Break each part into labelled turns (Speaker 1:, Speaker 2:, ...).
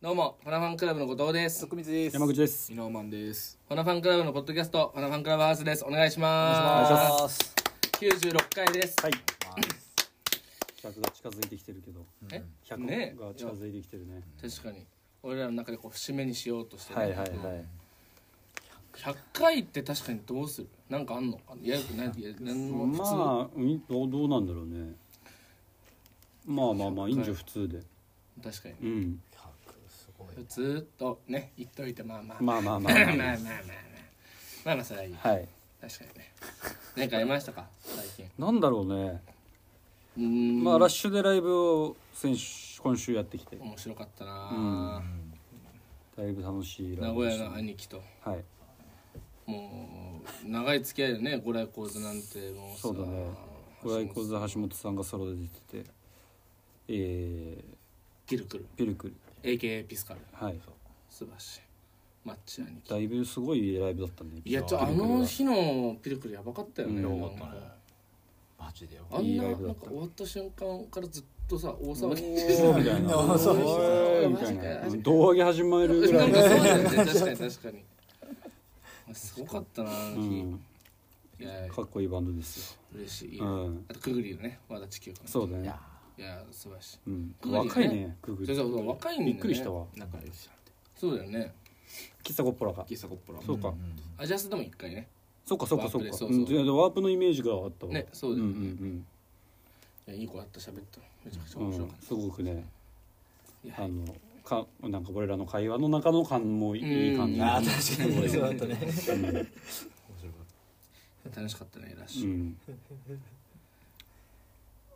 Speaker 1: どうも、ファナファンクラブの後藤です。
Speaker 2: 徳光です。
Speaker 3: 山口です
Speaker 2: イノーマンです。
Speaker 1: ファナファンクラブのポッドキャスト、ファナファンクラブハウスです。お願いし
Speaker 2: お
Speaker 1: ます。
Speaker 2: 願いします。
Speaker 1: 96回です。
Speaker 3: はい100が近づいてきてるけど
Speaker 1: えね
Speaker 3: 100が近づいてきてるね
Speaker 1: 確かに。俺らの中でこう節目にしようとして、ね
Speaker 3: はいはいはい
Speaker 1: 100回って確かにどうするなんかあんのあのややくないやなんも普通、
Speaker 3: まあうんどうどうなんだろうねまあまあまあいいんじゃ普通で
Speaker 1: 確かに。
Speaker 3: うん
Speaker 2: すご
Speaker 1: 普通とね、言っといて、まあまあ。まあ
Speaker 3: まあまあま
Speaker 1: まあまあま
Speaker 3: あ
Speaker 1: あまあ。まあまあ、それはいい。
Speaker 3: はい
Speaker 1: 確かにね。何かありましたか最近。
Speaker 3: なんだろうね
Speaker 1: うーん。
Speaker 3: まあラッシュでライブを先週今週やってきて
Speaker 1: 面白かったな、
Speaker 3: うんだいぶ楽しい
Speaker 1: 名
Speaker 3: ライブ
Speaker 1: 古屋
Speaker 3: でした
Speaker 1: の兄貴と。
Speaker 3: はい
Speaker 1: もう長い付き合いだよね五来構図なんてもうさ
Speaker 3: そうだね小林小津橋本さんがソロで出ててえー
Speaker 1: キルクル
Speaker 3: ピルクル
Speaker 1: AKA ピスカル
Speaker 3: はい
Speaker 1: 素晴らしいマッチ兄貴
Speaker 3: だいぶすごいライブだったね
Speaker 1: いやちょ
Speaker 3: ピ
Speaker 1: あ
Speaker 3: ルクルは
Speaker 1: の日のピルクルやばかったよね、
Speaker 3: うん
Speaker 1: なんか
Speaker 2: マジでよ。
Speaker 1: あん
Speaker 3: いい
Speaker 1: な
Speaker 3: ラ
Speaker 1: な
Speaker 3: イ
Speaker 1: ん
Speaker 3: ブだ
Speaker 1: か
Speaker 3: った
Speaker 1: 終わった瞬間からずっとさ大
Speaker 3: お
Speaker 1: 騒ぎ
Speaker 3: ーみた いな
Speaker 2: おー
Speaker 3: おーみたいなうん胴上げ始まるぐら
Speaker 1: なん
Speaker 3: い
Speaker 1: かそう
Speaker 3: の
Speaker 1: だよね確かに確かにすごかったなあの
Speaker 3: う
Speaker 1: 日、
Speaker 3: ん
Speaker 1: いや
Speaker 3: かっこいいバンドです
Speaker 1: 嬉しい、
Speaker 3: ようん
Speaker 1: あとくぐりよね和田地球
Speaker 3: そううだね
Speaker 1: いや素晴らしい
Speaker 3: うん
Speaker 1: くぐりね
Speaker 3: 若いねググ
Speaker 1: そうそうそう若いんだよね
Speaker 3: びっくりしたわ
Speaker 2: 仲良しなんて。
Speaker 1: そうだよね
Speaker 3: 喫茶コッポラが
Speaker 2: 喫茶コップラ。
Speaker 3: そうか
Speaker 1: アジャスでも一回ね
Speaker 3: そっかそっかそっ
Speaker 1: ワープで
Speaker 3: か
Speaker 1: そう
Speaker 3: う
Speaker 1: そうん
Speaker 3: いやワープのイメージがあったわ
Speaker 1: ねそうだよね
Speaker 3: んん
Speaker 1: いやいい子だった喋ったのめちゃくちゃ
Speaker 3: うん
Speaker 1: 面
Speaker 3: う
Speaker 1: 白
Speaker 3: ん
Speaker 1: かっ
Speaker 3: すごくね
Speaker 1: た、いや
Speaker 3: あのかなんか俺らの会話の中の感もいい感じ
Speaker 1: うんあ
Speaker 2: ー確かにそうだったね
Speaker 3: ね
Speaker 1: 楽しかったねラッ
Speaker 3: う
Speaker 1: シュ、
Speaker 3: ん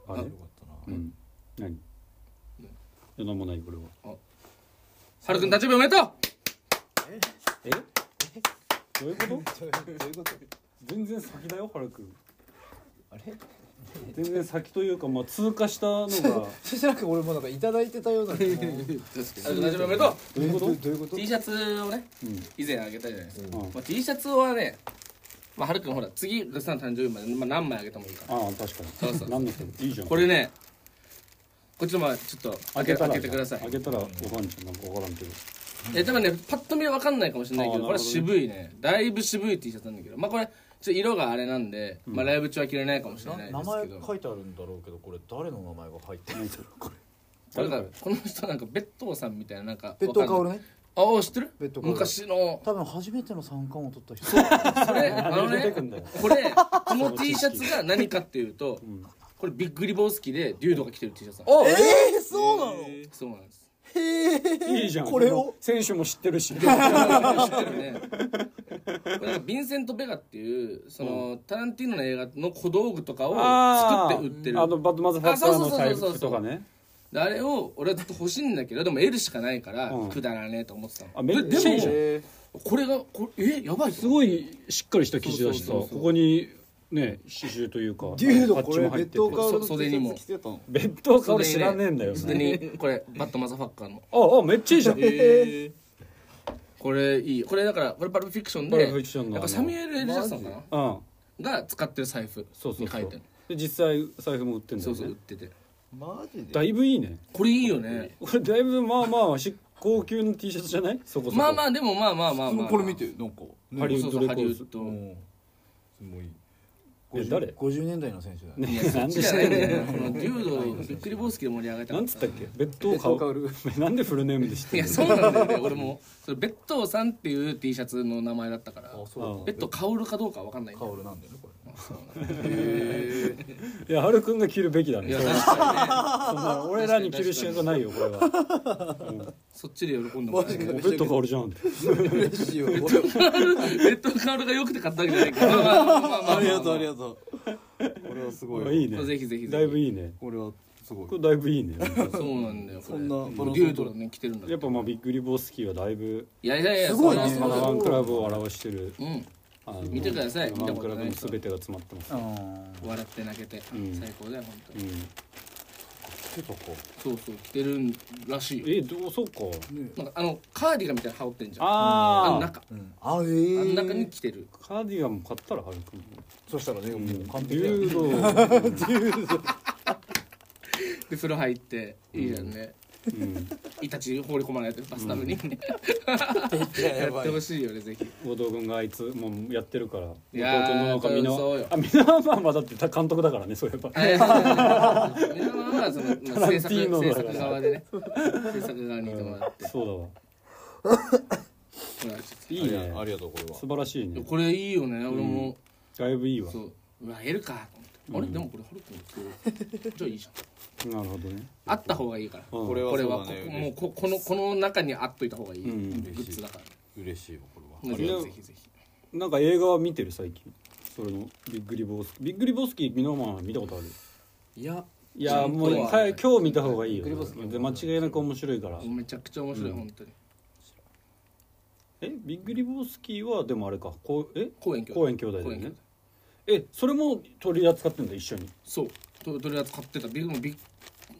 Speaker 3: あれう
Speaker 2: な。
Speaker 3: ん何いやなんもないこれは
Speaker 1: はるくん誕生日おめでとう
Speaker 3: えどういうこと全然先だよ原くん
Speaker 4: あれ
Speaker 3: 全然先というかまあ通過し たのが
Speaker 4: そしたらなんか俺もなんかいただいてたようなどういう
Speaker 1: 誕生日おめでと
Speaker 4: ことどういうこ
Speaker 1: う
Speaker 4: と
Speaker 1: T シャツをね
Speaker 3: うん
Speaker 1: 以前あげたじゃないですか、
Speaker 3: うん
Speaker 1: まあ、T シャツはね、まあ、はるくんほら次ルスさんの誕生日まで、まあ、何枚あげてもいいから
Speaker 3: ああ確かに
Speaker 1: そうそう
Speaker 3: 何の人いいじゃん
Speaker 1: これねこっちのまちょっと開け開けてください
Speaker 3: 開けたらおかんちゃんなんかわからんけど
Speaker 1: え多分ねパッと見わかんないかもしれないけど
Speaker 3: あー
Speaker 1: これ
Speaker 3: なるほどね
Speaker 1: は渋いねだいぶ渋い T シャツなんだけどまあこれちょっと色があれなんで、まあ、ライブ中は着れないかもしれ
Speaker 2: な
Speaker 1: ないですけど
Speaker 2: 名前書いてあるんだろうけど、これ誰の名前が入ってるんだろうこれ。
Speaker 1: だからこの人なんか別当さんみたいななんか
Speaker 4: 別当
Speaker 1: わ
Speaker 4: 薫
Speaker 1: かんない
Speaker 4: ね
Speaker 1: ああ知ってる
Speaker 4: 別当薫
Speaker 1: 昔 の
Speaker 4: 多分初めての三冠を取った人
Speaker 1: これあの
Speaker 3: 何出て
Speaker 1: ね
Speaker 3: くんだよ
Speaker 1: これこ の T シャツが何かっていうと、これビッグリボウスキでリュウドが着てる T シャツなの
Speaker 4: ええそうなの
Speaker 1: そうなんです
Speaker 3: いいじゃん
Speaker 4: これを
Speaker 3: 選手も知って る
Speaker 1: 知
Speaker 3: し
Speaker 1: ってるね これなんかヴィンセント・ベガっていうそのタランティーノの映画の小道具とかを
Speaker 3: あー
Speaker 1: 作って売ってる
Speaker 3: あのバッドマザーファッターのサイ
Speaker 1: あそうそうそうそう
Speaker 3: とかね
Speaker 1: であれを俺はずっと欲しいんだけどでも L しかないから
Speaker 3: うん
Speaker 1: くだらねえと思ってたの、
Speaker 3: あめっちゃいいじゃん
Speaker 1: でもこれがこれえやばい
Speaker 3: すごいしっかりした生地だしさ
Speaker 1: そうそう
Speaker 3: こ
Speaker 1: そうそう
Speaker 3: こにね刺繍というか
Speaker 4: デュード
Speaker 3: パッ
Speaker 4: こ
Speaker 3: チ
Speaker 4: れ
Speaker 3: も入っ
Speaker 4: 別
Speaker 3: てて
Speaker 4: 当薫の
Speaker 1: そ袖にも
Speaker 4: T シャツ着てたの
Speaker 3: 別当か俺知らねえんだよ
Speaker 1: す
Speaker 3: ね
Speaker 1: でにこれバッドマザーファッカーの
Speaker 3: ああめっちゃいいじゃん
Speaker 1: これいいこれだからこれバルプフィクション
Speaker 3: バル
Speaker 1: で
Speaker 3: プフィクションの
Speaker 1: やっぱサミュエル・エル・ジャクソンかな
Speaker 3: うん
Speaker 1: が使ってる財布に書
Speaker 3: そうそう
Speaker 1: いて
Speaker 3: そ
Speaker 1: あ
Speaker 3: う
Speaker 1: る
Speaker 3: で実際財布も売ってんだ
Speaker 1: そ
Speaker 3: よ
Speaker 1: う
Speaker 3: ね
Speaker 1: そう売ってて
Speaker 4: マジで
Speaker 3: だいぶいいね
Speaker 1: これいいよね
Speaker 3: これだいぶまあまあし高級の T シャツじゃないそこそこ
Speaker 1: まあまあでもまあまあまあまあ
Speaker 2: これ見て、なんか。
Speaker 3: ハリウッドレコ
Speaker 1: ハリウ
Speaker 3: ー
Speaker 1: ッ
Speaker 3: ズ
Speaker 1: ド
Speaker 2: うん。すごい。
Speaker 3: え誰
Speaker 4: 五十年代の選手だね
Speaker 1: いやそっちじゃないんだよこのデュードびっくりボウスキで盛り上げたか
Speaker 3: なんつったっけ別当買
Speaker 4: 買
Speaker 3: うなんでフルネームで知っ
Speaker 1: い
Speaker 3: て
Speaker 1: や
Speaker 3: る
Speaker 1: そうなんだよね俺もそれベッドさんっていう T シャツの名前だったから
Speaker 2: あ、そうだ。
Speaker 1: ベッドカウルかどうかは分かんないんだ
Speaker 2: カ
Speaker 1: よ
Speaker 2: オルなんだよね、これ。
Speaker 3: いやハルくんが着るべきだ
Speaker 1: い
Speaker 3: ね
Speaker 1: や
Speaker 3: そんな
Speaker 1: 確かにね
Speaker 3: の俺らに着る必要がないよこれ は
Speaker 1: そっちで喜んでもらえる
Speaker 3: もう別当買うじゃん って
Speaker 4: 嬉しい よ俺
Speaker 1: ベッドカウルが良くて買ったわけじゃないからまあまあまあまあまあ
Speaker 4: ありがとうあ りがとう俺はすごい
Speaker 3: まあ
Speaker 4: わ
Speaker 3: いいね
Speaker 1: ぜひぜひぜひ
Speaker 3: だいぶいいね
Speaker 4: 俺はすごい
Speaker 3: これだいぶ いいね
Speaker 1: そうなんだよこれ
Speaker 4: そんなバランス
Speaker 1: デュードね着てるんだ
Speaker 3: やっぱまあビッグリボスキーはだいぶ
Speaker 1: いやいやいや
Speaker 4: すごいね
Speaker 1: そ
Speaker 3: マ
Speaker 1: う
Speaker 3: ナ
Speaker 1: だ
Speaker 3: ワンクラブを表してる
Speaker 1: うん
Speaker 3: あの
Speaker 1: 見てください
Speaker 3: マナワンクラブの
Speaker 1: 見たことない人
Speaker 3: 全てが詰まってます
Speaker 4: うん
Speaker 1: 笑って泣けて
Speaker 3: うん
Speaker 1: 最高だよ本当
Speaker 3: う
Speaker 1: に
Speaker 3: ん
Speaker 2: 手とこ。
Speaker 1: そうそう着てるらしいよ
Speaker 3: えどうそうか
Speaker 1: なんかあのカーディガンみたいなの羽織ってんじゃんあ
Speaker 3: あ
Speaker 1: の
Speaker 3: あ
Speaker 1: 中
Speaker 4: うんあえ
Speaker 1: あの
Speaker 4: ー
Speaker 1: 中に着てる
Speaker 3: カーディガンも買ったらハルくんも
Speaker 2: そしたらね、もう完璧だよ
Speaker 3: 柔道
Speaker 1: で風呂入っていいじゃんね
Speaker 3: うん
Speaker 1: イタチ放り込まないと出すために、
Speaker 4: や
Speaker 1: やっ
Speaker 4: ば
Speaker 1: て
Speaker 4: い
Speaker 1: ほしいよね ぜひ
Speaker 3: 後藤君があいつもうやってるから
Speaker 1: いやー
Speaker 3: 後藤君の
Speaker 1: そう
Speaker 3: なん
Speaker 1: よ
Speaker 3: かみなあまあまあだってた監督だからねそういえば
Speaker 1: あいやいやいやいや皆様はその、
Speaker 3: タ
Speaker 1: まあ、
Speaker 3: ラン
Speaker 1: 制
Speaker 3: テ
Speaker 1: 作
Speaker 3: ィーノ
Speaker 1: 制
Speaker 3: だから
Speaker 1: 作側でね制作側にいてもらって、
Speaker 3: そうだわ
Speaker 1: ほら
Speaker 3: いいね
Speaker 2: ありがとうこれは
Speaker 3: 素晴らしいね
Speaker 1: これいいよね俺も、
Speaker 3: だいぶいいわ
Speaker 1: そううわ減るかと思って、あれでもこれハルくん とじゃあいいじゃん
Speaker 3: なるほどね
Speaker 1: あった方がいいから、
Speaker 3: うん
Speaker 2: これは
Speaker 1: これは
Speaker 2: そう
Speaker 1: こ
Speaker 2: だね
Speaker 1: もうここのこの中にあっといた方がいい、
Speaker 3: うん
Speaker 1: グッズだから
Speaker 2: 嬉しいわこ
Speaker 1: ぜ
Speaker 3: あ
Speaker 2: れは
Speaker 3: りがとう
Speaker 1: ひぜひ
Speaker 3: なんか映画は見てる最近それのビッグリボースキービッグリボースキーミノマン見たことある
Speaker 1: いや
Speaker 3: いやーも
Speaker 1: ちゃん
Speaker 3: う
Speaker 1: とは
Speaker 3: か今日見た方がいいよ
Speaker 4: ビッグリボースキー
Speaker 3: で間違いなく面白いから
Speaker 1: めちゃくちゃ面白い、
Speaker 3: うん
Speaker 1: 本当に
Speaker 3: えビッグリボースキーはでもあれかこうえ
Speaker 1: 公園兄弟
Speaker 3: 公園兄弟だよ
Speaker 1: 公園
Speaker 3: ねえそれも取り扱ってんだ一緒に
Speaker 1: そうととりあえず買ってたビッグビッ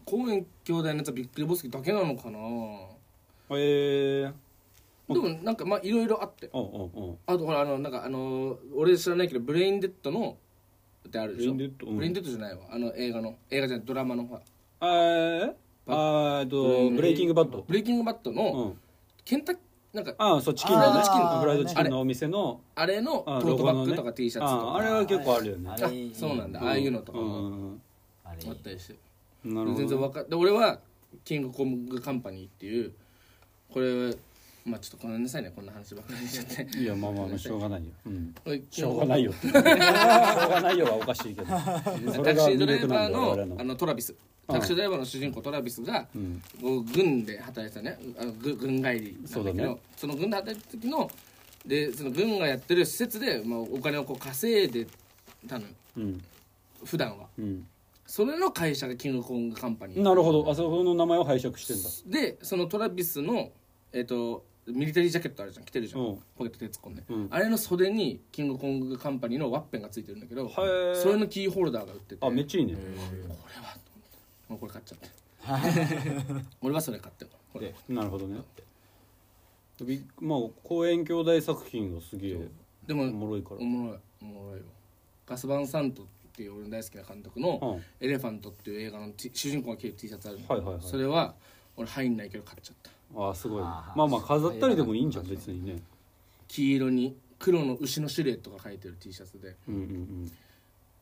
Speaker 1: 公園兄弟のやつはビックリボスキーだけなのかな
Speaker 3: ええー、
Speaker 1: でもなんかまあいろいろあって
Speaker 3: うんうんうん
Speaker 1: あとほらあのなんかあの俺知らないけどブレインデッドのってあるでしょ
Speaker 3: ブレインデッドうん
Speaker 1: ブレインデッドじゃないわあの映画の映画じゃないドラマのほら
Speaker 3: あーあーえっとブレイキングバッド
Speaker 1: ブレイキングバット
Speaker 3: う
Speaker 1: の
Speaker 3: ん
Speaker 1: ケンタッなんか
Speaker 3: ああそうチキンの
Speaker 1: あー
Speaker 3: ね
Speaker 1: チキンの
Speaker 3: フライドチキンのお店の
Speaker 1: あれの
Speaker 3: あ
Speaker 1: トートバッグと
Speaker 3: ロゴの
Speaker 1: か T シャツと
Speaker 3: あ
Speaker 1: か
Speaker 3: あれは結構あるよね
Speaker 1: あそうなんだああいうのとか
Speaker 3: う
Speaker 1: も
Speaker 3: んうん
Speaker 2: あれ
Speaker 1: あったりして
Speaker 3: うんなるほど
Speaker 1: 全然
Speaker 3: ね
Speaker 1: わかで俺はキングコングカンパニーっていうこれまあちょっとごめんなさいねこんな話ばっかりしちゃ って
Speaker 3: いやまあまあまあしょうがないようんし
Speaker 1: し
Speaker 3: ょうがない
Speaker 1: よ
Speaker 3: よしょうがないよはおかしいけどそ
Speaker 1: タ
Speaker 3: れ
Speaker 1: ク
Speaker 3: が
Speaker 1: シー
Speaker 3: 魅
Speaker 1: ドライ
Speaker 3: 力な
Speaker 1: バー
Speaker 3: んだよ我々
Speaker 1: の
Speaker 3: の
Speaker 1: あのトラビスタクシードライバーの主人公トラビスが
Speaker 3: うん
Speaker 1: こう軍で働いてたねあのぐ軍帰りな
Speaker 3: そ
Speaker 1: ん
Speaker 3: う
Speaker 1: だ
Speaker 3: だ
Speaker 1: け
Speaker 3: ね
Speaker 1: どそ,、の軍で働いた時のでその軍がやってる施設で、まあ、お金をこう稼いでたのよ
Speaker 3: うん
Speaker 1: 普段は
Speaker 3: うん
Speaker 1: それの会社がキングコングカンパニー
Speaker 3: なるほどあそこの名前を拝借してんだ
Speaker 1: でそのトラビスのえっ、とミリタリージャケットあるじゃん着てるじゃん、
Speaker 3: うん
Speaker 1: ポケット手突っ込んで、
Speaker 3: うん
Speaker 1: あれの袖にキングコングカンパニーのワッペンがついてるんだけど
Speaker 3: ー
Speaker 1: それのキーホルダーが売ってて
Speaker 3: あめっちゃいいね
Speaker 1: これはと思ってもうこれ買っちゃって俺はそれ買ってもこれ
Speaker 3: なるほどねびっまあ公園兄弟作品がすげえ
Speaker 1: で
Speaker 3: お
Speaker 1: も
Speaker 3: もろいから
Speaker 1: おもろいおもろいよガス・バン・サントっていう俺の大好きな監督の
Speaker 3: うん
Speaker 1: 「エレファント」っていう映画の T- 主人公が着る T シャツあるの
Speaker 3: はいはいはい
Speaker 1: それは俺入んないけど買っちゃった
Speaker 3: ああすごいね
Speaker 2: あー
Speaker 3: まあまあ飾ったりでもいいんじゃん別にね
Speaker 1: 黄色に黒の牛のシルエットが書いてる T シャツで
Speaker 3: うんうんうん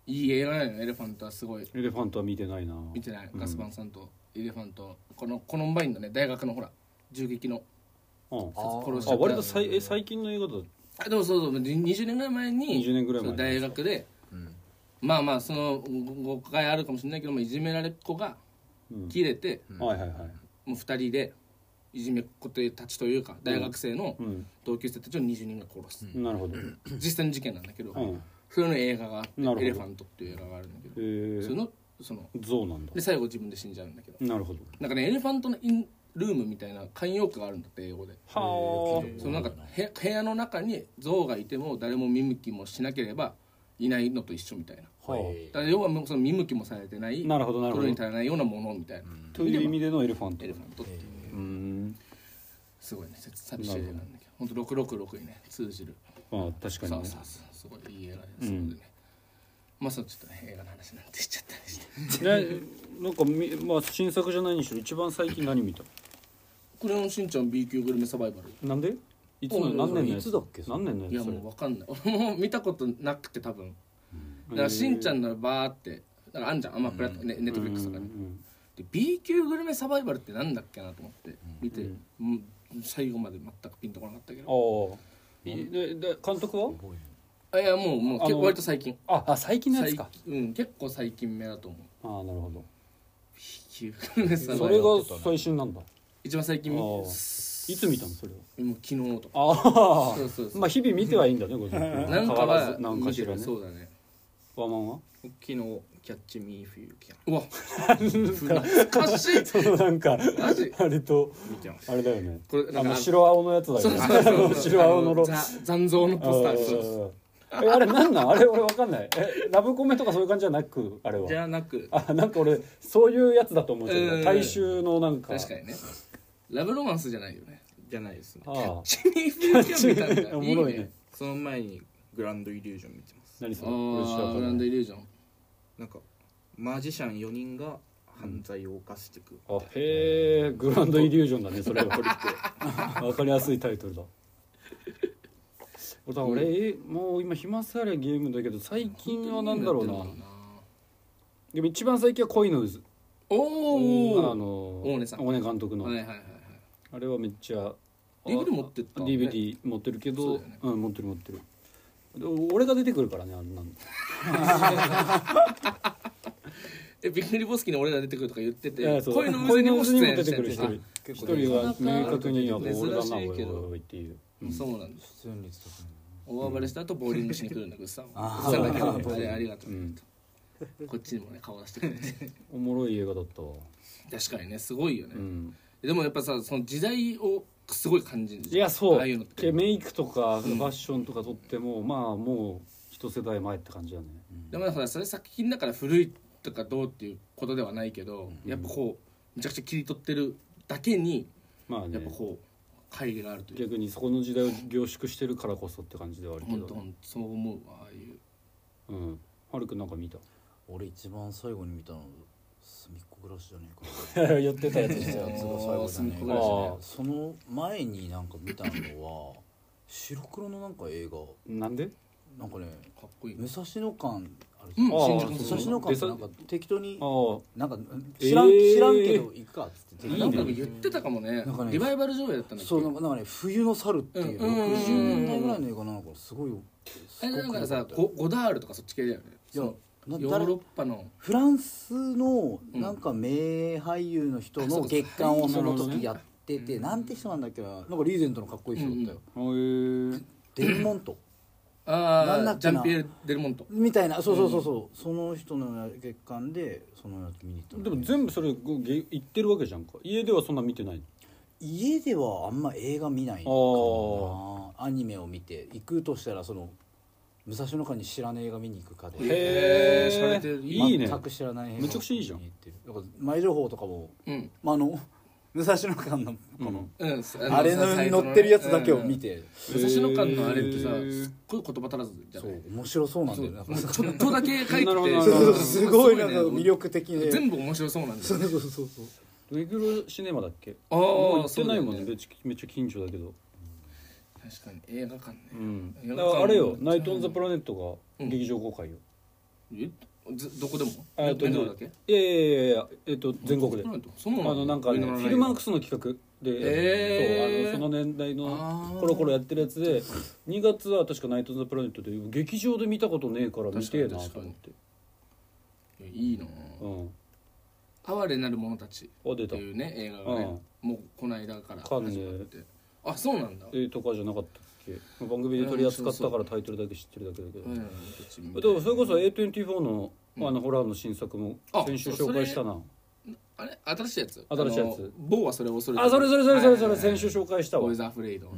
Speaker 1: いい映画なのよエレファントはすごい
Speaker 3: エレファントは見てないな
Speaker 1: 見てない
Speaker 3: うん
Speaker 1: ガスバンさんとエレファントこのコロンバインのね大学のほら銃撃の
Speaker 3: うんあ
Speaker 2: あ
Speaker 1: 殺しちゃ
Speaker 3: あ
Speaker 1: った
Speaker 3: 割とさいえ最近の映画だ
Speaker 1: あでもそうそうに20年ぐらい前に
Speaker 3: 20年ぐらい前
Speaker 1: そう大学で
Speaker 2: うん
Speaker 1: まあまあそのご誤解あるかもしれないけどもいじめられっ子が
Speaker 3: うん
Speaker 1: 切れて、
Speaker 3: はいはいはい
Speaker 1: もう2人でいじめっ子たちというか大学生の
Speaker 3: うん
Speaker 1: 同級生たちを20人が殺す、
Speaker 3: なるほど
Speaker 1: 実際の事件なんだけど、
Speaker 3: うん
Speaker 1: それの映画があって「エ
Speaker 3: なるほど
Speaker 1: レファント」っていう映画があるんだけど
Speaker 3: え
Speaker 1: そ
Speaker 3: ー
Speaker 1: のその
Speaker 3: ゾウなんだ
Speaker 1: で最後自分で死んじゃうんだけど
Speaker 3: なるほど
Speaker 1: なんかねエレファントのインルームみたいな慣用句があるんだって英語で
Speaker 3: は
Speaker 2: えー
Speaker 1: そのなんかへ部屋の中に象がいても誰も見向きもしなければいないのと一緒みたいなだ
Speaker 3: あは
Speaker 1: から要はもうその見向きもされてない
Speaker 3: あなるほどなるほ
Speaker 1: 取る
Speaker 3: ど
Speaker 1: に足らないようなものみたいな、
Speaker 3: という意味でのエレファント
Speaker 1: エレファントっていう
Speaker 3: うーん
Speaker 1: すごいねせ寂しい映画なんだけど本当666にね通じる
Speaker 3: まあ確か
Speaker 1: さ
Speaker 3: に
Speaker 1: あ
Speaker 3: ね
Speaker 1: さあさあすごいいい映画ですのでね、まあそうちょっとね映画の話なんてしちゃったりして
Speaker 3: ねなんかみまあ新作じゃないにしろ一番最近何見た
Speaker 1: クレヨンしんちゃん B 級グルメサバイバル
Speaker 3: なんでいつの何年のやつ
Speaker 2: いつだっけそれ
Speaker 3: 何年の
Speaker 1: い
Speaker 3: や
Speaker 1: や
Speaker 3: つそ
Speaker 1: も
Speaker 3: れ
Speaker 1: う分かんない 俺も見たことなくて多分だからしんちゃんならバーってだからあんじゃんアマプラとかねネットフリックスとかね
Speaker 3: うん
Speaker 1: で B 級グルメサバイバルってなんだっけなと思って見て、
Speaker 3: うん
Speaker 1: うん最後まで全くピンとこなかったけ
Speaker 3: あ
Speaker 1: ど
Speaker 3: あいでで監督は
Speaker 1: あいやもうもう
Speaker 3: あ
Speaker 1: 結
Speaker 3: の
Speaker 1: 構割と最近
Speaker 3: ああ最近のやつ
Speaker 1: 最
Speaker 3: か
Speaker 1: うん結構最近目だと思う
Speaker 3: ああなるほど
Speaker 1: B 級グルメサ
Speaker 3: そ
Speaker 1: バ
Speaker 3: れ
Speaker 1: イバル
Speaker 3: が最新なんだ
Speaker 1: 一番最近見
Speaker 3: あー
Speaker 1: もう
Speaker 3: いつ見たのそれ
Speaker 1: 昨日とか
Speaker 3: はあ
Speaker 1: そうそうそ
Speaker 3: あ
Speaker 1: う
Speaker 3: まあ日々見てはいいんだねご存知
Speaker 1: なんか
Speaker 3: 変わら
Speaker 1: は
Speaker 3: ずなんかし
Speaker 1: 見
Speaker 3: らね
Speaker 1: てるそうだね
Speaker 3: ワンマンは
Speaker 5: 昨日キャッチミーフューキャン
Speaker 1: うわ懐かしい
Speaker 3: そのなんか
Speaker 1: マジ
Speaker 3: あれと
Speaker 5: 見てます
Speaker 3: あれだよね
Speaker 1: これな
Speaker 3: あ
Speaker 1: んか
Speaker 3: の白青のやつだ
Speaker 1: そう
Speaker 3: よね
Speaker 1: そうそうそう
Speaker 3: 白青のロ
Speaker 1: あざ残像のポスターそうそう
Speaker 3: あーえあれなんなんあれ俺わかんないえラブコメとかそういう感じじゃなくあれは
Speaker 5: じゃなく
Speaker 3: あなんか俺そういうやつだと思っちゃ
Speaker 1: う
Speaker 3: うん大衆のなんか
Speaker 1: 確かにねラブロマンスじゃないよ ね
Speaker 5: じゃないですね
Speaker 3: ああ
Speaker 1: チミーフィーキャンみたいなの
Speaker 3: お
Speaker 1: が
Speaker 3: もろいね
Speaker 5: その前にグランドイリュージョン見てます
Speaker 3: 何そ
Speaker 1: あ
Speaker 3: れ俺知ら
Speaker 1: ー
Speaker 3: んか
Speaker 1: グ
Speaker 3: ら
Speaker 1: ランドイリュージョン
Speaker 5: なんかマジシャン4人が犯罪を犯していく
Speaker 3: あへえグランドイリュージョン だねそれはこれって分かりやすいタイトルだ俺だ俺、もう今暇されゲームだけど最近は何だろうなでも一番最近は恋の渦
Speaker 1: お
Speaker 3: あ
Speaker 1: お
Speaker 3: の
Speaker 1: 大根さん
Speaker 3: 大根監督の、
Speaker 1: はいはいはいはい
Speaker 3: あれはめっちゃ
Speaker 1: DVD 持ってったね
Speaker 3: DVD 持ってるけ
Speaker 1: そ
Speaker 3: ど
Speaker 1: う
Speaker 3: う,、
Speaker 1: だよね
Speaker 3: ん持ってる持ってるで俺が出てくるからねあんなの
Speaker 1: えビックリボスキーに俺ら出てくるとか言ってて
Speaker 3: いやそう
Speaker 1: 恋の渦にも出演してる
Speaker 3: 恋の渦にも出てくる人
Speaker 4: 結
Speaker 3: 一
Speaker 4: 構
Speaker 3: 人は明確にやっぱ
Speaker 1: 珍しい
Speaker 3: 俺だなおいお
Speaker 1: けど
Speaker 3: いおいっていう、う
Speaker 1: うん
Speaker 3: ん
Speaker 1: そうなんです
Speaker 4: 出演率高い
Speaker 1: 大暴れした後ボーリングしに来るんだグッさんは
Speaker 4: あー
Speaker 1: グッさんだけは
Speaker 4: ボーリング
Speaker 1: あれありがとう、
Speaker 3: うん
Speaker 1: こっちにもね顔出してくれて
Speaker 3: おもろい映画だったわ、
Speaker 1: 確かにねすごいよね、
Speaker 3: うん
Speaker 1: でもやっぱさその時代をすごい感じるじゃん
Speaker 3: いやそう
Speaker 1: ああいうのって
Speaker 3: けメイクとかフ
Speaker 1: ん
Speaker 3: ァッションとかとっても、まあもう一世代前って感じだね、
Speaker 1: でもさそれ作品だから古いとかどうっていうことではないけど、やっぱこうめちゃくちゃ切り取ってるだけに
Speaker 3: まあね
Speaker 1: やっぱこう乖離があるというか
Speaker 3: 逆にそこの時代を凝縮してるからこそって感じではあるけ
Speaker 1: 本当
Speaker 3: ど、
Speaker 1: 本当そう思うわああいう
Speaker 3: うん、はるくんなんか見た
Speaker 2: 俺一番最後に見たの隅っこ暮らしじゃねえか
Speaker 3: やってたやつ
Speaker 2: なやつが最後だね
Speaker 1: 隅っこ
Speaker 2: あ
Speaker 1: 暮ら
Speaker 3: しね
Speaker 2: ーその前になんか見たのは白黒のなんか映画
Speaker 3: なんで
Speaker 2: なんかね
Speaker 1: かっこいい
Speaker 2: 武蔵野館ある
Speaker 1: う
Speaker 2: じゃ
Speaker 1: ん
Speaker 2: ん
Speaker 3: あー
Speaker 1: 新宿
Speaker 3: そう
Speaker 1: の
Speaker 3: そう
Speaker 2: 武蔵野館ってなんか適当に
Speaker 3: ああ
Speaker 2: なんか知らん、
Speaker 3: えー
Speaker 2: 知らんけど行くかっつって
Speaker 3: いいね
Speaker 1: なんか言ってたかもね
Speaker 2: なんかね
Speaker 1: リバイバル上映だったんだっけ
Speaker 2: そうなんかなんかね冬の猿っていう
Speaker 1: うんうん
Speaker 2: 60年代ぐらいの映画なのかなすごい
Speaker 1: あ
Speaker 2: す
Speaker 1: れ
Speaker 2: ご
Speaker 1: だか
Speaker 2: く
Speaker 1: ら
Speaker 2: 良
Speaker 1: さ
Speaker 2: ったよ
Speaker 1: ゴゴダールとかそっち系だよね
Speaker 2: いやな
Speaker 1: ヨー
Speaker 2: 誰
Speaker 1: ロッパの
Speaker 2: フランスの
Speaker 1: うん
Speaker 2: なんか名俳優の人
Speaker 1: あそう
Speaker 2: の
Speaker 1: か
Speaker 2: 月間をその
Speaker 3: なるほどね
Speaker 2: 時やっててなんて人なんだっけななんかリーゼントのかっこいい人だったよ
Speaker 3: あーえー
Speaker 2: デルモントなんだ
Speaker 1: あ
Speaker 2: っ
Speaker 1: あジ
Speaker 2: け
Speaker 1: ャ
Speaker 2: な
Speaker 1: ンピエール・デルモント
Speaker 2: みたいなそうそうそうそうその人の月間でそのやつ見に行った
Speaker 3: で
Speaker 2: の
Speaker 3: も全部それごげ言ってるわけじゃんか家ではそんな見てない
Speaker 2: 家ではあんま映画見ないか
Speaker 3: あ
Speaker 2: なアニメを見て行くとしたらその武蔵野館に知らない映画見に行くかで
Speaker 1: へー洒落てる
Speaker 3: いいね
Speaker 2: 全く知らない映画
Speaker 3: めちゃくちゃいいじゃん
Speaker 2: 見に行ってるだから前情報とかも、
Speaker 1: うん
Speaker 2: まあ、あの武蔵野館のこの、
Speaker 1: うん
Speaker 2: あれの
Speaker 1: サイト
Speaker 2: 乗ってるやつだけを見
Speaker 1: て
Speaker 2: て、
Speaker 1: 武蔵野館のあれってさ
Speaker 3: へー
Speaker 1: すっごい言葉足らずじゃん
Speaker 2: そう面白そうなん
Speaker 1: そ
Speaker 2: だ
Speaker 1: う
Speaker 2: よね
Speaker 1: もうちょっとだけ書い
Speaker 3: な
Speaker 1: て
Speaker 3: るほ
Speaker 1: て
Speaker 3: ど
Speaker 2: そうそう
Speaker 3: あー
Speaker 2: すごい
Speaker 1: ね
Speaker 2: なんか魅力的で
Speaker 1: 全部面白そうなんだ
Speaker 2: そ
Speaker 1: よ
Speaker 2: う
Speaker 1: ね
Speaker 2: そうそうそう
Speaker 3: 目黒シネマだっけ
Speaker 1: ああ
Speaker 3: もう行っ
Speaker 1: そ
Speaker 3: て
Speaker 1: うだ
Speaker 3: ない
Speaker 1: よ
Speaker 3: もんね
Speaker 1: ね
Speaker 3: めっちゃめっちゃ近所だけど
Speaker 1: 確かに映画館ね
Speaker 3: うん
Speaker 1: いや
Speaker 3: だからあれよ
Speaker 1: う
Speaker 3: 「
Speaker 1: ん
Speaker 3: ナイト・オン・ザ・プラネット」
Speaker 1: う
Speaker 3: が
Speaker 1: ん
Speaker 3: 劇場公開よ、
Speaker 1: えずどこでも
Speaker 3: あえっと
Speaker 1: どこだっけ
Speaker 3: いやいやいやいやえっと全国であ
Speaker 1: そうな
Speaker 3: のなんかねフィルマークスの企画で、
Speaker 1: へー
Speaker 3: そうあのその年代
Speaker 1: あ
Speaker 3: の
Speaker 1: ー
Speaker 3: コロコロやってるやつで2月は確か「ナイト・オン・ザ・プラネット」で劇場で見たことねえから見てえな
Speaker 1: 確
Speaker 3: と
Speaker 1: かに
Speaker 3: 思って
Speaker 1: いいなぁ
Speaker 3: うん
Speaker 1: 哀れなる者たち
Speaker 3: あ出
Speaker 1: って
Speaker 3: た
Speaker 1: いうね映画がねもうこの間から
Speaker 3: カンヌ
Speaker 1: 始まってあそうなんだ
Speaker 3: えーとかじゃなかったっけ番組で取り扱ったからタイトルだけ知ってるだけだけど、
Speaker 1: うんどっちも
Speaker 3: でもそれこそ A24 の,、あのホラーの新作も
Speaker 1: あ
Speaker 3: 先週
Speaker 1: そう
Speaker 3: 紹介したな
Speaker 1: あれ新しいやつ
Speaker 3: 新しいやつ
Speaker 1: あの某はそれを恐れて
Speaker 3: あそれそれそれそれそれ先週
Speaker 1: 紹
Speaker 3: 紹介した
Speaker 1: 介
Speaker 3: わ
Speaker 1: ボーイズアフレイド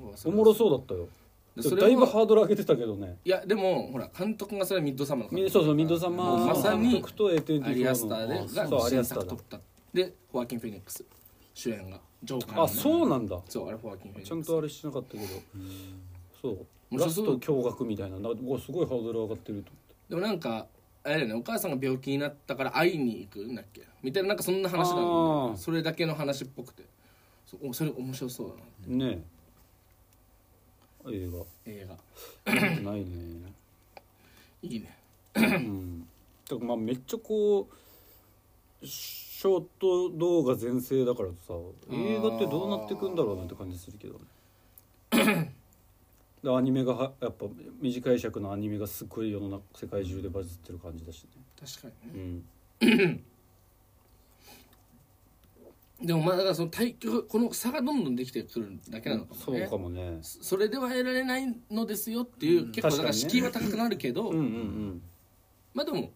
Speaker 1: 某はそ
Speaker 3: お
Speaker 1: れ
Speaker 3: もろそうだったよ
Speaker 1: で
Speaker 3: で
Speaker 1: そ
Speaker 3: も
Speaker 1: れ
Speaker 3: だいぶ
Speaker 1: は
Speaker 3: ハードル上げてたけどね
Speaker 1: いやでもほら監督がそれはミッドサマーの監
Speaker 3: み
Speaker 1: 督
Speaker 3: そうそうミッドサマ
Speaker 1: も
Speaker 3: ー
Speaker 1: うまさに
Speaker 3: と A24 の
Speaker 1: アリアスターで
Speaker 3: そう
Speaker 1: が
Speaker 3: アリ
Speaker 1: 新
Speaker 3: アスタ
Speaker 1: 作
Speaker 3: ーだ
Speaker 1: 取ったでホワキン・フェニックス主演がジョーカーの
Speaker 3: あそうなんだ
Speaker 1: そうあれホワキン・フェニックス
Speaker 3: ちゃんとあれしなかったけどそう
Speaker 1: 面
Speaker 3: ラ
Speaker 1: 白
Speaker 3: ス
Speaker 1: そう
Speaker 3: ト驚愕みたいななうわすごいハードル上がってると
Speaker 1: でもなんかあれだよねお母さんが病気になったから会いに行くんだっけみたいななんかそんな話な
Speaker 3: あ
Speaker 1: の
Speaker 3: ー
Speaker 1: それだけの話っぽくてそうおそれ面白そうだな
Speaker 3: 思ってねえ映
Speaker 1: 映画
Speaker 3: 画見てないね
Speaker 1: いいね
Speaker 3: うんだからまあめっちゃこうショート動画全盛だからさ映画ってどうなってくんだろうなって感じするけどね でアニメがはやっぱ短い尺のアニメがすごい世の中世界中でバズってる感じだしね
Speaker 1: 確かにね
Speaker 3: うん
Speaker 1: でもまあだからその対局この差がどんどんできてくるだけなのかも
Speaker 3: そ
Speaker 1: ね
Speaker 3: うかもね
Speaker 1: そそれでは得られないのですよっていう、結構だから
Speaker 3: 確かにね
Speaker 1: 敷居は高くなるけど、
Speaker 3: うんうんうん
Speaker 1: まあでも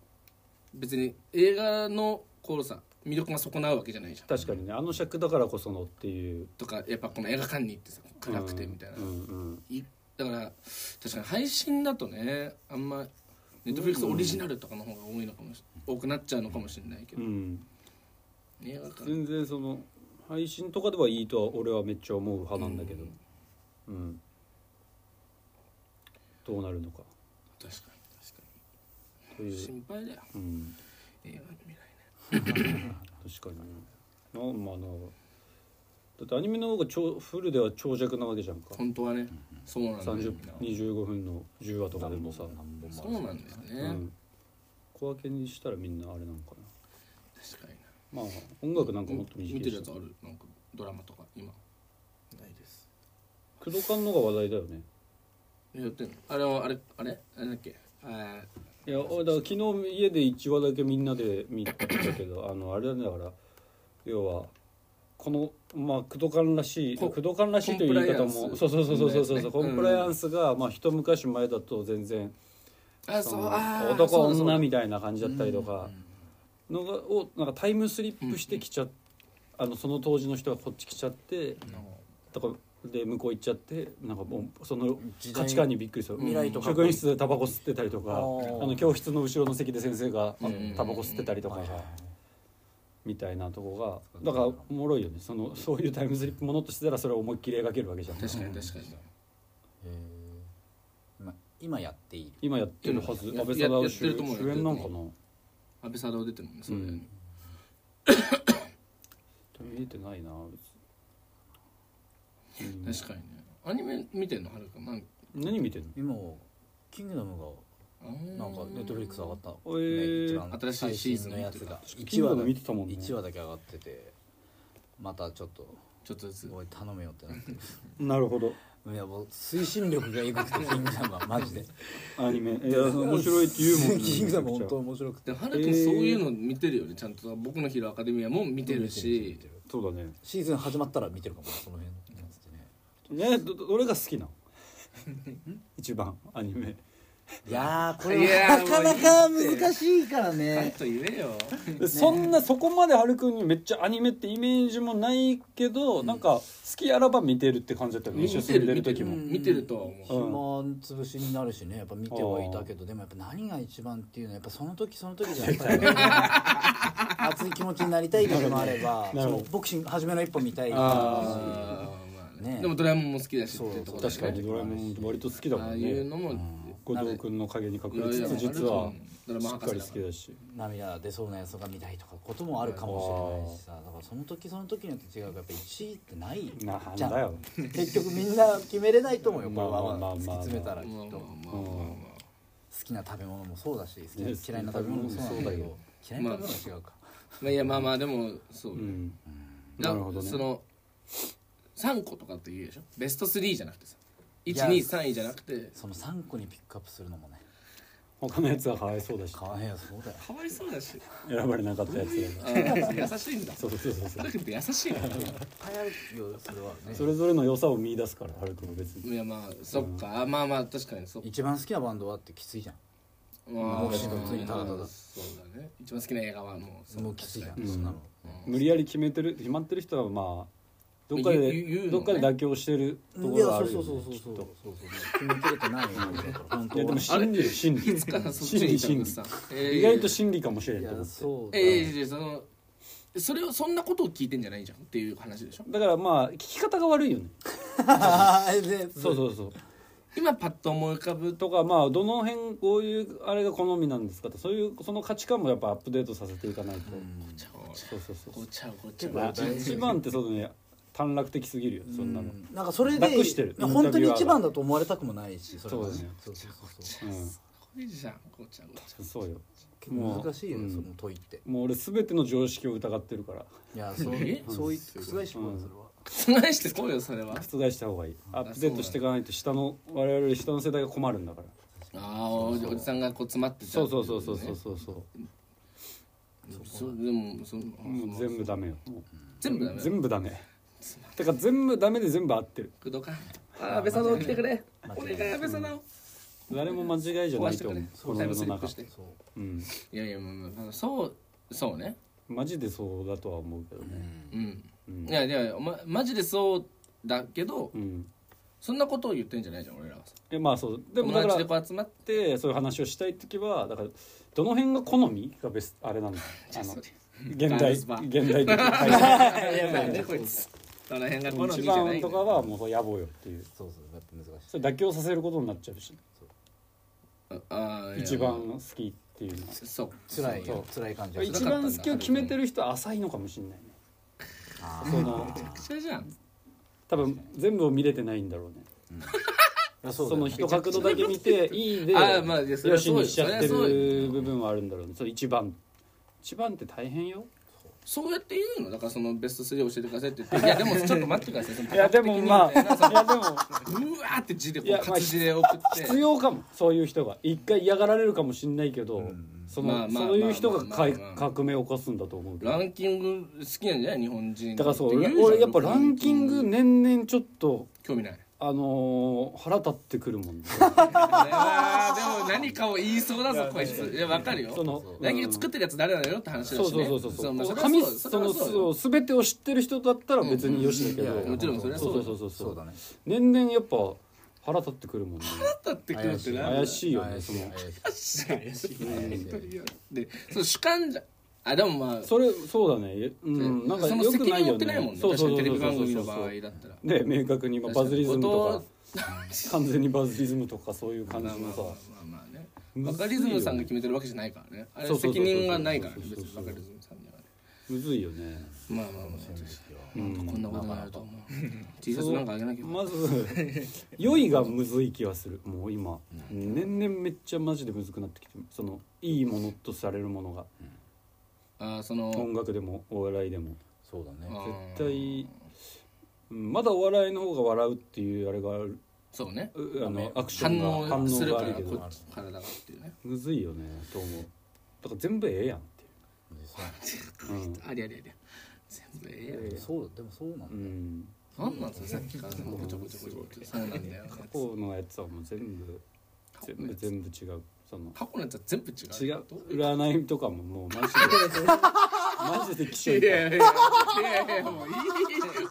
Speaker 1: 別に映画のこうさ魅力が損なうわけじゃないじゃん
Speaker 3: 確かにねあの尺だからこそのっていう
Speaker 1: とかやっぱこの映画館に行ってさ暗くてみたいな、
Speaker 3: うんうん
Speaker 1: いだから確かに配信だとねあんまネットフリックスオリジナルとかの方が多いのかもし多くなっちゃうのかもしれないけ
Speaker 3: う
Speaker 1: ど、
Speaker 3: ん
Speaker 1: 映画館
Speaker 3: 全然その配信とかではいいとは俺はめっちゃ思う派なんだけどうんどうなるのか
Speaker 1: 確かに確か
Speaker 3: とい
Speaker 1: に
Speaker 3: う、
Speaker 1: 心配だよ
Speaker 3: うん、
Speaker 1: 映画の未来ね
Speaker 3: 確かになまあなだってアニメの方が超フルでは長尺なわけじゃんか
Speaker 1: 本当はねそうなんだよ
Speaker 3: 30 25分の10話とかでもさ、
Speaker 1: そうなんだよ
Speaker 3: う
Speaker 1: ね、
Speaker 3: ん、小分けにしたらみんなあれなのか
Speaker 1: 確かに
Speaker 3: なまあ音楽なんか
Speaker 1: な
Speaker 3: もっと短いし
Speaker 1: 見てるやつあるなんかドラマとか今
Speaker 5: ないです
Speaker 3: 工藤館のが話題だよね
Speaker 1: やってんのあれはあれあれあれだっけあ
Speaker 3: いやだから昨日家で1話だけみんなで見たけどあのあれだねだから要はこのまあ工藤館らしい
Speaker 1: コ
Speaker 3: 工藤館らしいという言い方も
Speaker 1: コンプライアンス
Speaker 3: そうそうそうそうそうそう、
Speaker 1: うん
Speaker 3: コンプライアンスが、まあ一昔前だと全然
Speaker 1: ーあ
Speaker 3: そ
Speaker 1: そう
Speaker 3: の
Speaker 1: あーそ
Speaker 3: 男
Speaker 1: うだそうだ
Speaker 3: 女みたいな感じだったりとかのがをなんかタイムスリップしてきちゃっあのその当時の人がこっち来ちゃってとかで向こう行っちゃってなんかもうその
Speaker 2: 時代
Speaker 3: 価値観にびっくりする
Speaker 2: 未来とか
Speaker 3: 職員室でタバコ吸ってたりと
Speaker 2: あ
Speaker 3: かあ
Speaker 2: ー
Speaker 3: の教室の後ろの席で先生があ
Speaker 1: うん
Speaker 3: タバコ吸ってたりとか
Speaker 2: はいはいはい
Speaker 3: みたいなとこがだからおもろいよねそのそういうタイムスリップものとしてたらそれを思いっきり描けるわけじゃん
Speaker 1: 確かに確かに
Speaker 2: えーま今やっている
Speaker 3: 今やってるはず
Speaker 1: や
Speaker 3: 安倍貞夫
Speaker 1: やって
Speaker 3: 主
Speaker 1: ると思うよ
Speaker 3: 主演なんかな
Speaker 1: 安倍貞夫出てるもんねそうだよね、
Speaker 3: 見えてないな別にうん
Speaker 1: 確かにねアニメ見てんのはるかなん
Speaker 3: 何見てんの
Speaker 2: 今キングダム
Speaker 1: あー
Speaker 2: がなんかネットフリックス上がった、ね
Speaker 3: えー
Speaker 2: 一番
Speaker 1: 新しいシーズン
Speaker 2: 最新のやつが
Speaker 3: キング
Speaker 2: 1
Speaker 3: ダ
Speaker 2: 話だ
Speaker 3: ム見てたもんね
Speaker 2: 一話だけ上がっててまたちょっと
Speaker 1: ちょっとず
Speaker 2: す
Speaker 1: つ
Speaker 2: ごい頼めよってなって
Speaker 3: なるほど
Speaker 2: いやもう推進力がエグくてキングダムはマジで
Speaker 3: アニメいや面白いって言うも んね
Speaker 2: キングダム
Speaker 3: めちゃ
Speaker 2: 本
Speaker 3: くち
Speaker 2: 当
Speaker 3: ゃ
Speaker 2: 面白くて
Speaker 1: ではるくんそういうの見てるよねちゃんと僕のヒーローアカデミアも見てるし
Speaker 2: 見てる
Speaker 3: そうだね
Speaker 2: シーズン始まったら見てるかもその辺なんつってね
Speaker 3: ねどどどれが好 きなの一番アニメ
Speaker 2: いやーこ
Speaker 1: い
Speaker 2: れ
Speaker 1: や
Speaker 2: は
Speaker 1: ー
Speaker 2: なかなか難しいから
Speaker 1: パッ
Speaker 2: ね
Speaker 1: と言えよ
Speaker 3: そんなそこまではるくんにめっちゃアニメってイメージもないけど、なんか好きあらば見てるって感じだったよね
Speaker 1: 見
Speaker 3: 一緒に
Speaker 1: て
Speaker 3: 住ん
Speaker 1: る
Speaker 3: でる
Speaker 1: 見て
Speaker 3: 時
Speaker 1: る
Speaker 3: も、
Speaker 2: うん
Speaker 1: 見てるとは思う
Speaker 2: 暇つぶしになるしねやっぱ見てはいたけどでもやっぱ何が一番っていうのはやっぱその時その 時じゃやっぱり熱い気持ちになりたい時もあれば
Speaker 3: なるほど
Speaker 2: そうボクシング初めの一歩見たい時もあ
Speaker 1: あーまあね
Speaker 2: ね
Speaker 1: でもドラえもんも好きだしってとこだよね
Speaker 3: 確かにドラえもん割と好きだも
Speaker 1: ああ
Speaker 3: ん
Speaker 1: いう
Speaker 3: ね
Speaker 1: のも
Speaker 3: 後藤君の影に隠れつつ実は
Speaker 1: ドラ
Speaker 3: し
Speaker 1: マ
Speaker 3: っ
Speaker 1: 博
Speaker 3: か
Speaker 1: 士
Speaker 3: り
Speaker 1: だか
Speaker 3: 好き
Speaker 1: ら
Speaker 3: だし
Speaker 2: 涙出そうなやつが見たいとかこともあるかもしれないしさだからその時その時によって違うからやっぱ1位ってない
Speaker 3: なん
Speaker 2: じゃ
Speaker 3: だ
Speaker 2: ん
Speaker 3: よ
Speaker 2: 結局みんな決めれないと思うよこれは
Speaker 3: まあまあまあ
Speaker 2: 突き詰めたらきっ
Speaker 1: まあまあ
Speaker 2: と。
Speaker 1: まあまあまあ
Speaker 2: 好きな食べ物もそうだし好きな
Speaker 3: ね
Speaker 2: 嫌いな食べ物もそうなんだけど嫌いな食べ物は違うか、
Speaker 1: まあいやまあまあでもそう
Speaker 3: う
Speaker 1: ね
Speaker 3: ん
Speaker 1: だ
Speaker 3: なるほどね
Speaker 1: その3個とかって言うでしょベスト3じゃなくてさ
Speaker 2: いや
Speaker 1: 123位じゃなくて
Speaker 2: その3個にピックアップするのもね
Speaker 3: 他のやつはかわいそうだし
Speaker 2: かわいいよそうだよ
Speaker 1: かわいそうだし
Speaker 3: 選ばれなかったやつ
Speaker 1: あ
Speaker 3: だか
Speaker 1: ー優しいんだ
Speaker 3: らそうそうそうそ
Speaker 1: だ
Speaker 3: う
Speaker 1: けど優しいな
Speaker 2: っぱいあるよそれはね
Speaker 3: それぞれの良さを見出すからはるくんは別に
Speaker 1: いやまあそっか、あまあまあ確かにそっか
Speaker 2: 一番好きなバンドはってきついじゃん
Speaker 1: まあ
Speaker 2: もう一つにただただ
Speaker 1: そうだね一番好きな映画はもうそう
Speaker 2: もうきついじゃん、
Speaker 3: うん
Speaker 2: そんなの
Speaker 3: 無理やり決めてる決まってる人はまあどっかで、
Speaker 1: 言う言うのね
Speaker 3: どっかで妥協してるとこ
Speaker 2: いや
Speaker 3: ろがあ
Speaker 2: そう
Speaker 3: る
Speaker 2: そ
Speaker 3: よ
Speaker 2: うそう
Speaker 3: ね
Speaker 2: そう
Speaker 3: きっ
Speaker 2: そうそう
Speaker 3: と
Speaker 2: そう決めきれてないよだから本
Speaker 3: いやでも
Speaker 2: 当
Speaker 3: 心理心理
Speaker 1: いつからそっちにいたんです さ
Speaker 3: 意外と
Speaker 1: し
Speaker 3: 心理かもしれ
Speaker 2: い
Speaker 3: ないと思
Speaker 2: や
Speaker 3: って
Speaker 2: そうだ、
Speaker 1: ええいやいやいやそのそれをそんなことを聞いてんじゃないじゃんっていう話でしょ
Speaker 3: だからまあ聞き方が悪いよね
Speaker 2: で
Speaker 3: そうそうそう
Speaker 1: 今パッと思い浮かぶ
Speaker 3: とかまあどの辺こういうあれが好みなんですかとそういうその価値観もやっぱアップデートさせていかないと、
Speaker 1: ちゃ
Speaker 3: そうそうそう
Speaker 1: ごちゃごちゃ
Speaker 3: まあ一番ってそうだね短絡的すぎるよそんなの、
Speaker 2: うんなんかそれで
Speaker 3: 楽してる
Speaker 2: 本当に一番だと思われたくもないしそれは
Speaker 3: そうだね
Speaker 2: そうそうそうそ
Speaker 3: うん
Speaker 1: すごいじゃんごちゃごちゃ
Speaker 3: そうよ
Speaker 2: う結構難しいよね、
Speaker 3: うん
Speaker 2: その問いって
Speaker 3: もう俺全ての常識を疑ってるから
Speaker 2: いやそう
Speaker 1: え
Speaker 2: そう言って覆してこいよそれは、
Speaker 1: 覆してこいよそれは
Speaker 3: 覆した方がいいアップデートしていかないと下の我々より下の世代が困るんだから
Speaker 1: ああおじおじさんがこう詰まってちゃ
Speaker 3: そう
Speaker 1: って
Speaker 3: そ
Speaker 1: いうね
Speaker 3: そうそうそうそうそう
Speaker 1: そうでもそのあ
Speaker 3: もう全部ダメよ
Speaker 1: 全部だね
Speaker 3: 全部ダメてか全部ダメで全部合ってる
Speaker 1: 工藤かあ安倍佐藤来てくれ
Speaker 2: 間違い
Speaker 1: お願
Speaker 2: ない
Speaker 1: い安倍佐藤
Speaker 3: 誰も間違いじゃないと思うこ
Speaker 1: 壊してくれ
Speaker 3: の
Speaker 1: タイム
Speaker 3: 世
Speaker 1: スリ
Speaker 3: の
Speaker 1: ップ
Speaker 3: 中
Speaker 1: して
Speaker 2: そう
Speaker 3: うん
Speaker 1: いやいやまあまあまあそうそうね
Speaker 3: マジでそうだとは思うけどね
Speaker 1: うん
Speaker 3: うん
Speaker 1: いやいや、ま、マジでそうだけど、
Speaker 3: うん
Speaker 1: そんなことを言ってんじゃないじゃん俺らはさ
Speaker 3: えまあそうでも
Speaker 1: 友
Speaker 3: だ
Speaker 1: 達
Speaker 3: か
Speaker 1: で
Speaker 3: ら
Speaker 1: こう集まって
Speaker 3: でそういう話をしたい時はだからどの辺が好みがベストあれ なんだあの現
Speaker 1: ガー
Speaker 3: 代
Speaker 1: ルズバー
Speaker 3: 現代的 な
Speaker 1: いやばいねこいつその辺が好み
Speaker 3: 一
Speaker 1: じゃな
Speaker 3: 番
Speaker 1: い
Speaker 3: とかはもうこれ野暮よっていう
Speaker 2: そうそうやっぱ難しい
Speaker 3: それ妥協させることになっちゃうし
Speaker 1: ああいや
Speaker 3: 一番好きってっていうの
Speaker 1: そう
Speaker 2: 辛い
Speaker 3: そう
Speaker 2: よ辛い感じがする
Speaker 3: 一番好きを決めてる人は浅いのかもしれないね
Speaker 2: あ
Speaker 3: その
Speaker 1: めちゃくちゃじゃん
Speaker 3: 多分全部を見れてないんだろうね
Speaker 2: あ
Speaker 3: そ
Speaker 2: そうだよ
Speaker 3: の一角度だけ 見ていいで
Speaker 1: あーまあいやそれ
Speaker 3: よ
Speaker 1: は
Speaker 3: し
Speaker 1: そうよ
Speaker 3: にしちゃって
Speaker 1: それはそう
Speaker 3: る部分はあるんだろうねそれ一番一番って大変よ
Speaker 1: そうやって言うのだからそのベスト3を教えてくださいって言っていやでもちょっと待ってくださいその
Speaker 3: いやでもまあ
Speaker 1: 多角的にみたいない
Speaker 3: やでも
Speaker 1: そのうわーって字でこ
Speaker 3: いや
Speaker 1: う
Speaker 3: まあ
Speaker 1: 活字で送って
Speaker 3: 必要かもそういう人が一回嫌がられるかもしんないけど、その、
Speaker 1: まあまあ
Speaker 3: そういう人が
Speaker 1: まあまあ
Speaker 3: か
Speaker 1: まあまあ
Speaker 3: 革命を起こすんだと思うけど
Speaker 1: ランキング好きなんじゃない日本人
Speaker 3: だからそう
Speaker 1: って
Speaker 3: 俺
Speaker 1: 言じゃん
Speaker 3: 俺やっぱランキング年々ちょっと
Speaker 1: 興味ない
Speaker 3: あのー腹立ってくるもんね
Speaker 1: あーでも何かを言いそうだぞこいついやわかるよ
Speaker 3: その
Speaker 1: ランキング作ってるやつ誰なのよって話だ
Speaker 3: そう
Speaker 1: し
Speaker 3: そう
Speaker 1: ね
Speaker 3: そうそうそう
Speaker 1: まあそれは
Speaker 3: 神
Speaker 1: う
Speaker 3: そ
Speaker 1: れは
Speaker 3: の
Speaker 1: うよ
Speaker 3: そう全てを知ってる人だったら別によしだけど、
Speaker 1: うんうんいやいやもちろんそれはそう
Speaker 3: そ
Speaker 1: だ
Speaker 3: うそうそうそう
Speaker 2: そうだね
Speaker 3: 年々やっぱ腹立ってくるもんね
Speaker 1: だってくるってな
Speaker 3: 怪しいよね
Speaker 2: 怪
Speaker 3: そ
Speaker 2: しい
Speaker 3: の
Speaker 2: 怪しい
Speaker 1: 怪しい
Speaker 2: 怪しい
Speaker 1: でその主観じゃあでもまあ
Speaker 3: それそうだねうんなんか
Speaker 1: そ
Speaker 3: よ
Speaker 1: の
Speaker 3: く
Speaker 1: 責
Speaker 3: ない
Speaker 1: 任持
Speaker 3: よ
Speaker 1: ってないもん
Speaker 3: ね
Speaker 1: ね
Speaker 3: そう
Speaker 1: 確か
Speaker 3: そう
Speaker 1: に
Speaker 3: そう
Speaker 1: テレ
Speaker 3: そう
Speaker 1: ビ番
Speaker 3: そう
Speaker 1: 組の
Speaker 3: そう
Speaker 1: 場
Speaker 3: そ
Speaker 1: 合
Speaker 3: う
Speaker 1: だったら
Speaker 3: ね明確に今
Speaker 1: 確か
Speaker 3: バ
Speaker 1: に
Speaker 3: ズリズムと
Speaker 1: 後
Speaker 3: か完全にバズリズムとかそういう感じ
Speaker 1: まあまあ
Speaker 3: のさ
Speaker 1: まあまあねバカリズムさんが決めてるわけじゃないからねあれ
Speaker 3: そうそうそう
Speaker 1: 責
Speaker 3: そう
Speaker 1: 任がないからね別に
Speaker 3: そ
Speaker 1: バ
Speaker 3: うそ
Speaker 1: カ
Speaker 3: うそう
Speaker 1: リズムさんにはね
Speaker 3: むずいよね
Speaker 1: まあまあま
Speaker 2: そうですよ
Speaker 1: あなんかこんなことになると思う T シャツなんかあげなきゃ
Speaker 3: まず「良い」がむずい気はするもう今年々めっちゃマジでむずくなってきてるそのいいものとされるものが
Speaker 1: あーその
Speaker 3: 音楽でもお笑いでも
Speaker 2: そうだね
Speaker 1: あー
Speaker 3: 絶対うんまだお笑いの方が笑うっていうあれがある
Speaker 1: そうね
Speaker 3: うあ
Speaker 2: ま
Speaker 3: の
Speaker 2: あ
Speaker 3: アクショ
Speaker 1: 反
Speaker 3: ンが反
Speaker 1: 応する
Speaker 3: 応
Speaker 1: か
Speaker 3: があ
Speaker 1: ら
Speaker 3: るけ
Speaker 1: こ
Speaker 3: ど
Speaker 1: っち体がっていうね
Speaker 3: むずいよねと思うだから全部ええやんってい
Speaker 1: あ
Speaker 3: ううん
Speaker 1: ありゃりゃりゃ全部ええやん
Speaker 2: そうだでもそうなんだ
Speaker 3: うん
Speaker 1: なんなんですかさっきからなんかごちょごちょごちょごちょそうなんだよ
Speaker 3: 過去のやつはもう全部全部全部違うその
Speaker 1: 過去のやつは全部違う
Speaker 3: 違う占いとかももうマジでマジで気
Speaker 1: い
Speaker 3: 象
Speaker 1: やい
Speaker 3: い
Speaker 1: やいやいやいやもういい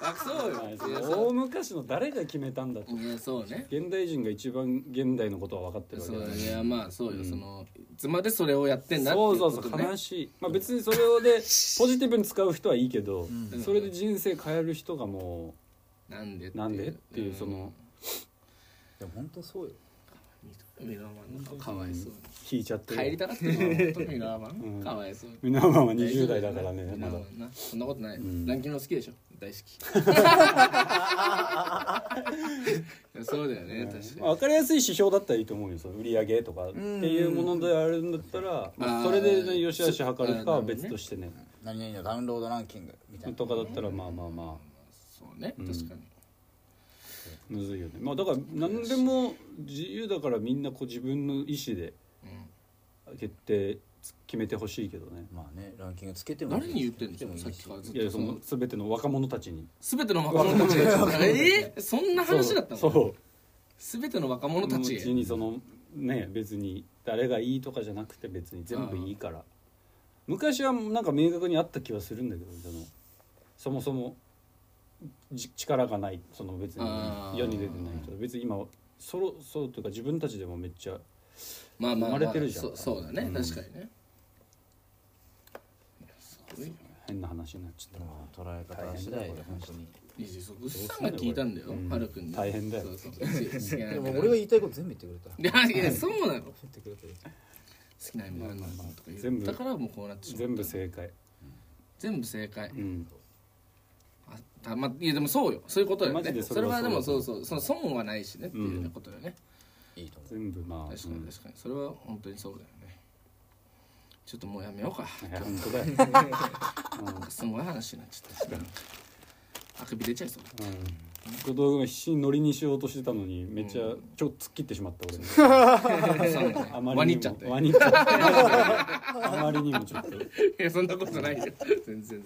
Speaker 1: あそうよいやそ
Speaker 3: 大昔の誰が決めたんだって
Speaker 1: ういやそうね
Speaker 3: 現代人が一番現代のことは分かってるわ
Speaker 1: そ
Speaker 3: けだ
Speaker 1: う
Speaker 3: から
Speaker 1: いやまあそうよ、そのいつまでそれをやってんだってい
Speaker 3: そう
Speaker 1: うこ
Speaker 3: そ
Speaker 1: と、
Speaker 3: う
Speaker 1: ね、
Speaker 3: そう悲しいまあ別にそれをでポジティブに使う人はいいけど
Speaker 1: ん
Speaker 3: それで人生変える人がも
Speaker 1: なんでって
Speaker 3: うなんでっていうその
Speaker 2: でも本当そうよ
Speaker 1: ミラーマンなんかかわいそう
Speaker 3: 引いちゃって
Speaker 1: に
Speaker 3: る
Speaker 1: 帰りたかったな本当ミラーマ
Speaker 3: う
Speaker 1: ン
Speaker 3: ん
Speaker 1: かわいそうに
Speaker 3: みんなまあ20代だからね
Speaker 1: ミラ
Speaker 3: ま
Speaker 1: ー
Speaker 3: だ
Speaker 1: マンなそんなことない、
Speaker 3: ん
Speaker 1: ランキング好きでしょ大好きいやそうだよね確か
Speaker 3: 分かりやすい指標だったらいいと思うよその売り上げとかっていうものであるんだったら、まあ、それで、ね、よしあし測るかは別としてね
Speaker 2: 何々のダウンロードランキングみたいな
Speaker 3: とかだったらまあまあまあ
Speaker 1: にそうね
Speaker 3: うん
Speaker 1: 確かに、
Speaker 3: むずいよねまあだから何でも自由だからみんなこう自分の意思で決定決めてほしいけどね
Speaker 2: まあねランキングつけてもいい
Speaker 1: 誰に言ってんですかさっきからずっ
Speaker 3: い
Speaker 1: と
Speaker 3: やその全ての若者たちに
Speaker 1: 全ての若者たちえー、そんな話だった
Speaker 3: そう
Speaker 1: の
Speaker 3: そう
Speaker 1: 全ての若者たちへ
Speaker 3: うちにそのね別に誰がいいとかじゃなくて別に全部いいから昔はなんか明確にあった気はするんだけどそのそもそもじ力がないその別に
Speaker 1: あー
Speaker 3: 世に出てない人別に今ソロソロというか自分たちでもめっちゃ
Speaker 1: まあまあ、まあ、
Speaker 3: 生まれてるじゃん
Speaker 1: そうそうだね、確かにねいやすごいよ
Speaker 3: 変な話になっちゃったな
Speaker 2: まあ捉え方次第で本当に
Speaker 1: いいそうぐっさんが聞いたんだよ
Speaker 3: うん
Speaker 1: はるくんに
Speaker 3: 大変だよ
Speaker 1: そうそう好きな
Speaker 2: でも
Speaker 1: も
Speaker 2: 俺が言いたいこと全部言ってくれた
Speaker 1: いやいやそうなの好
Speaker 2: 言ってくれたよ
Speaker 1: きな意味があるのとか言
Speaker 3: 全
Speaker 1: う
Speaker 3: 部
Speaker 1: だからもうこうなってしまった
Speaker 3: 全部正解
Speaker 1: 全部正解
Speaker 3: うん
Speaker 1: あたまいやでもそうよそういうことだよ
Speaker 3: マジ
Speaker 1: ね
Speaker 3: で
Speaker 1: そ
Speaker 3: そ
Speaker 1: れ
Speaker 3: れ
Speaker 1: は
Speaker 3: は
Speaker 1: でも
Speaker 3: そ
Speaker 1: そうう
Speaker 3: だ
Speaker 1: そうその損はないしねっていう
Speaker 3: う
Speaker 1: ね
Speaker 3: ん
Speaker 1: ことだよね
Speaker 2: いいと思う
Speaker 3: 全部まあ
Speaker 1: 確かに確かにそれは本当にそうだよねちょっともうやめようか
Speaker 3: うんいや本当だよ
Speaker 1: なんかすごい話になっちゃったしあくび出ちゃいそうだ
Speaker 3: うん後藤が必死にノリにしようとしてたのにめっちゃちょっと突っ切ってしまった俺
Speaker 1: そうだね
Speaker 3: あ
Speaker 1: ワ
Speaker 3: まり
Speaker 1: ニっ
Speaker 3: に
Speaker 1: ちゃ
Speaker 3: も
Speaker 1: って
Speaker 3: ワニっちゃってあまりにもちょっと
Speaker 1: いや そんなことないよ全然全然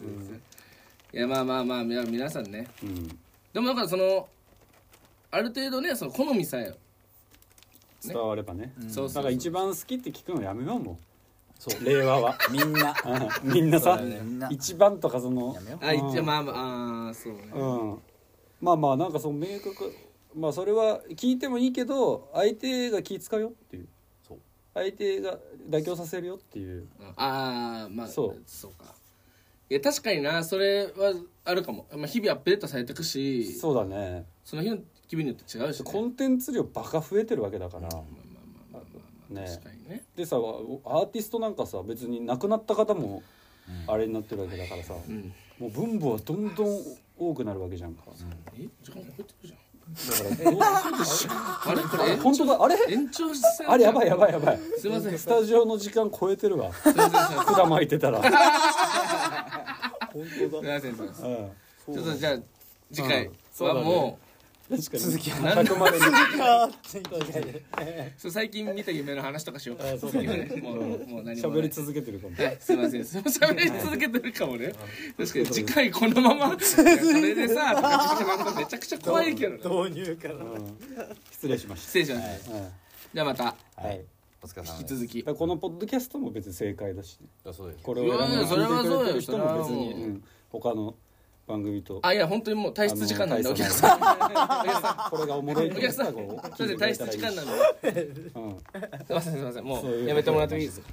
Speaker 1: いやまあまあまあいや皆さんね
Speaker 3: うん
Speaker 1: でもだからそのある程度ねその好みさえ
Speaker 3: 伝わればね
Speaker 1: そうそ
Speaker 3: だ
Speaker 1: う
Speaker 3: から一番好きって聞くのやめようも
Speaker 2: そう
Speaker 3: う令和は
Speaker 2: みんな
Speaker 3: うんみんなさ
Speaker 2: そうだねみんな
Speaker 3: 一番とかその
Speaker 2: やめよ
Speaker 1: あ一応まあまああーそうね
Speaker 3: うんまあまあなんかその明確まあそれは聞いてもいいけど相手が気使うよっていう
Speaker 2: そう
Speaker 3: 相手が妥協させるよっていう
Speaker 1: ああまあそ
Speaker 3: そうう
Speaker 1: かいや確かになそれはあるかも、まあ、日々アップデートされてくしそ
Speaker 3: そうだね
Speaker 1: の日の気分によって違うし、ね、
Speaker 3: コンテンツ量バカ増えてるわけだから
Speaker 1: まあまあまあまあま
Speaker 3: ね
Speaker 1: 確かにね
Speaker 3: でさおアーティストなんかさ別に亡くなった方も
Speaker 4: うん
Speaker 3: あれになってるわけだからさ、
Speaker 1: うん
Speaker 3: もう分母はどんどん多くなるわけじゃんか、
Speaker 1: え時間超えてるじゃ
Speaker 3: だからどう
Speaker 1: ん あれこ
Speaker 3: え
Speaker 1: れ
Speaker 3: 本当だあれ
Speaker 1: 延長戦
Speaker 3: あれやばいやば
Speaker 1: い
Speaker 3: いやばい
Speaker 1: すいません
Speaker 3: スタジオの時間超えてるわ
Speaker 1: すいませんすいません
Speaker 3: 管巻い てたら、う
Speaker 4: 本
Speaker 1: す
Speaker 4: 当
Speaker 1: い
Speaker 4: だ
Speaker 1: ませんすいませんち
Speaker 3: ん
Speaker 1: ょっとじゃあ次回
Speaker 3: そうだ
Speaker 1: は
Speaker 3: ね
Speaker 1: も
Speaker 3: 確かに
Speaker 2: 続きは
Speaker 3: 100までに
Speaker 2: あーって言ったね
Speaker 1: うそう最近見た夢の話とかしようか
Speaker 3: あそうだね
Speaker 1: 次は もうもう何もな
Speaker 3: 喋
Speaker 1: い
Speaker 3: り続けてるかも
Speaker 1: はい、すいません。すいません喋り続けてるかもね。確かに次回このまま、それでさ、とか言ってなんかめちゃくちゃ怖いけどね。
Speaker 2: 導入から
Speaker 3: 失礼しまし
Speaker 1: 失礼しました。
Speaker 3: た、うん
Speaker 1: じゃあまた、
Speaker 3: はい、
Speaker 4: お疲れ様
Speaker 1: 引き
Speaker 4: です
Speaker 1: 続き。
Speaker 3: だからこのポッドキャストも別に正解だしね、
Speaker 4: だそうです
Speaker 3: これ
Speaker 1: い
Speaker 3: を
Speaker 1: やいや
Speaker 3: 選んで
Speaker 1: それはそうよ
Speaker 3: 聞いてくれてる人も別
Speaker 1: それ
Speaker 3: に、
Speaker 1: はもう
Speaker 3: うん他の番組と
Speaker 1: あ、いや、本当にもう退出時間なんで、
Speaker 3: あ
Speaker 1: お
Speaker 3: の
Speaker 1: 客さん。
Speaker 3: これがおもろい
Speaker 1: お客さん、すい
Speaker 3: こ
Speaker 1: ま
Speaker 3: う
Speaker 1: せん、退出時間なんで。
Speaker 3: うん
Speaker 1: すいません、すいません。も
Speaker 3: そういう
Speaker 1: う、やめてもらってもいいですか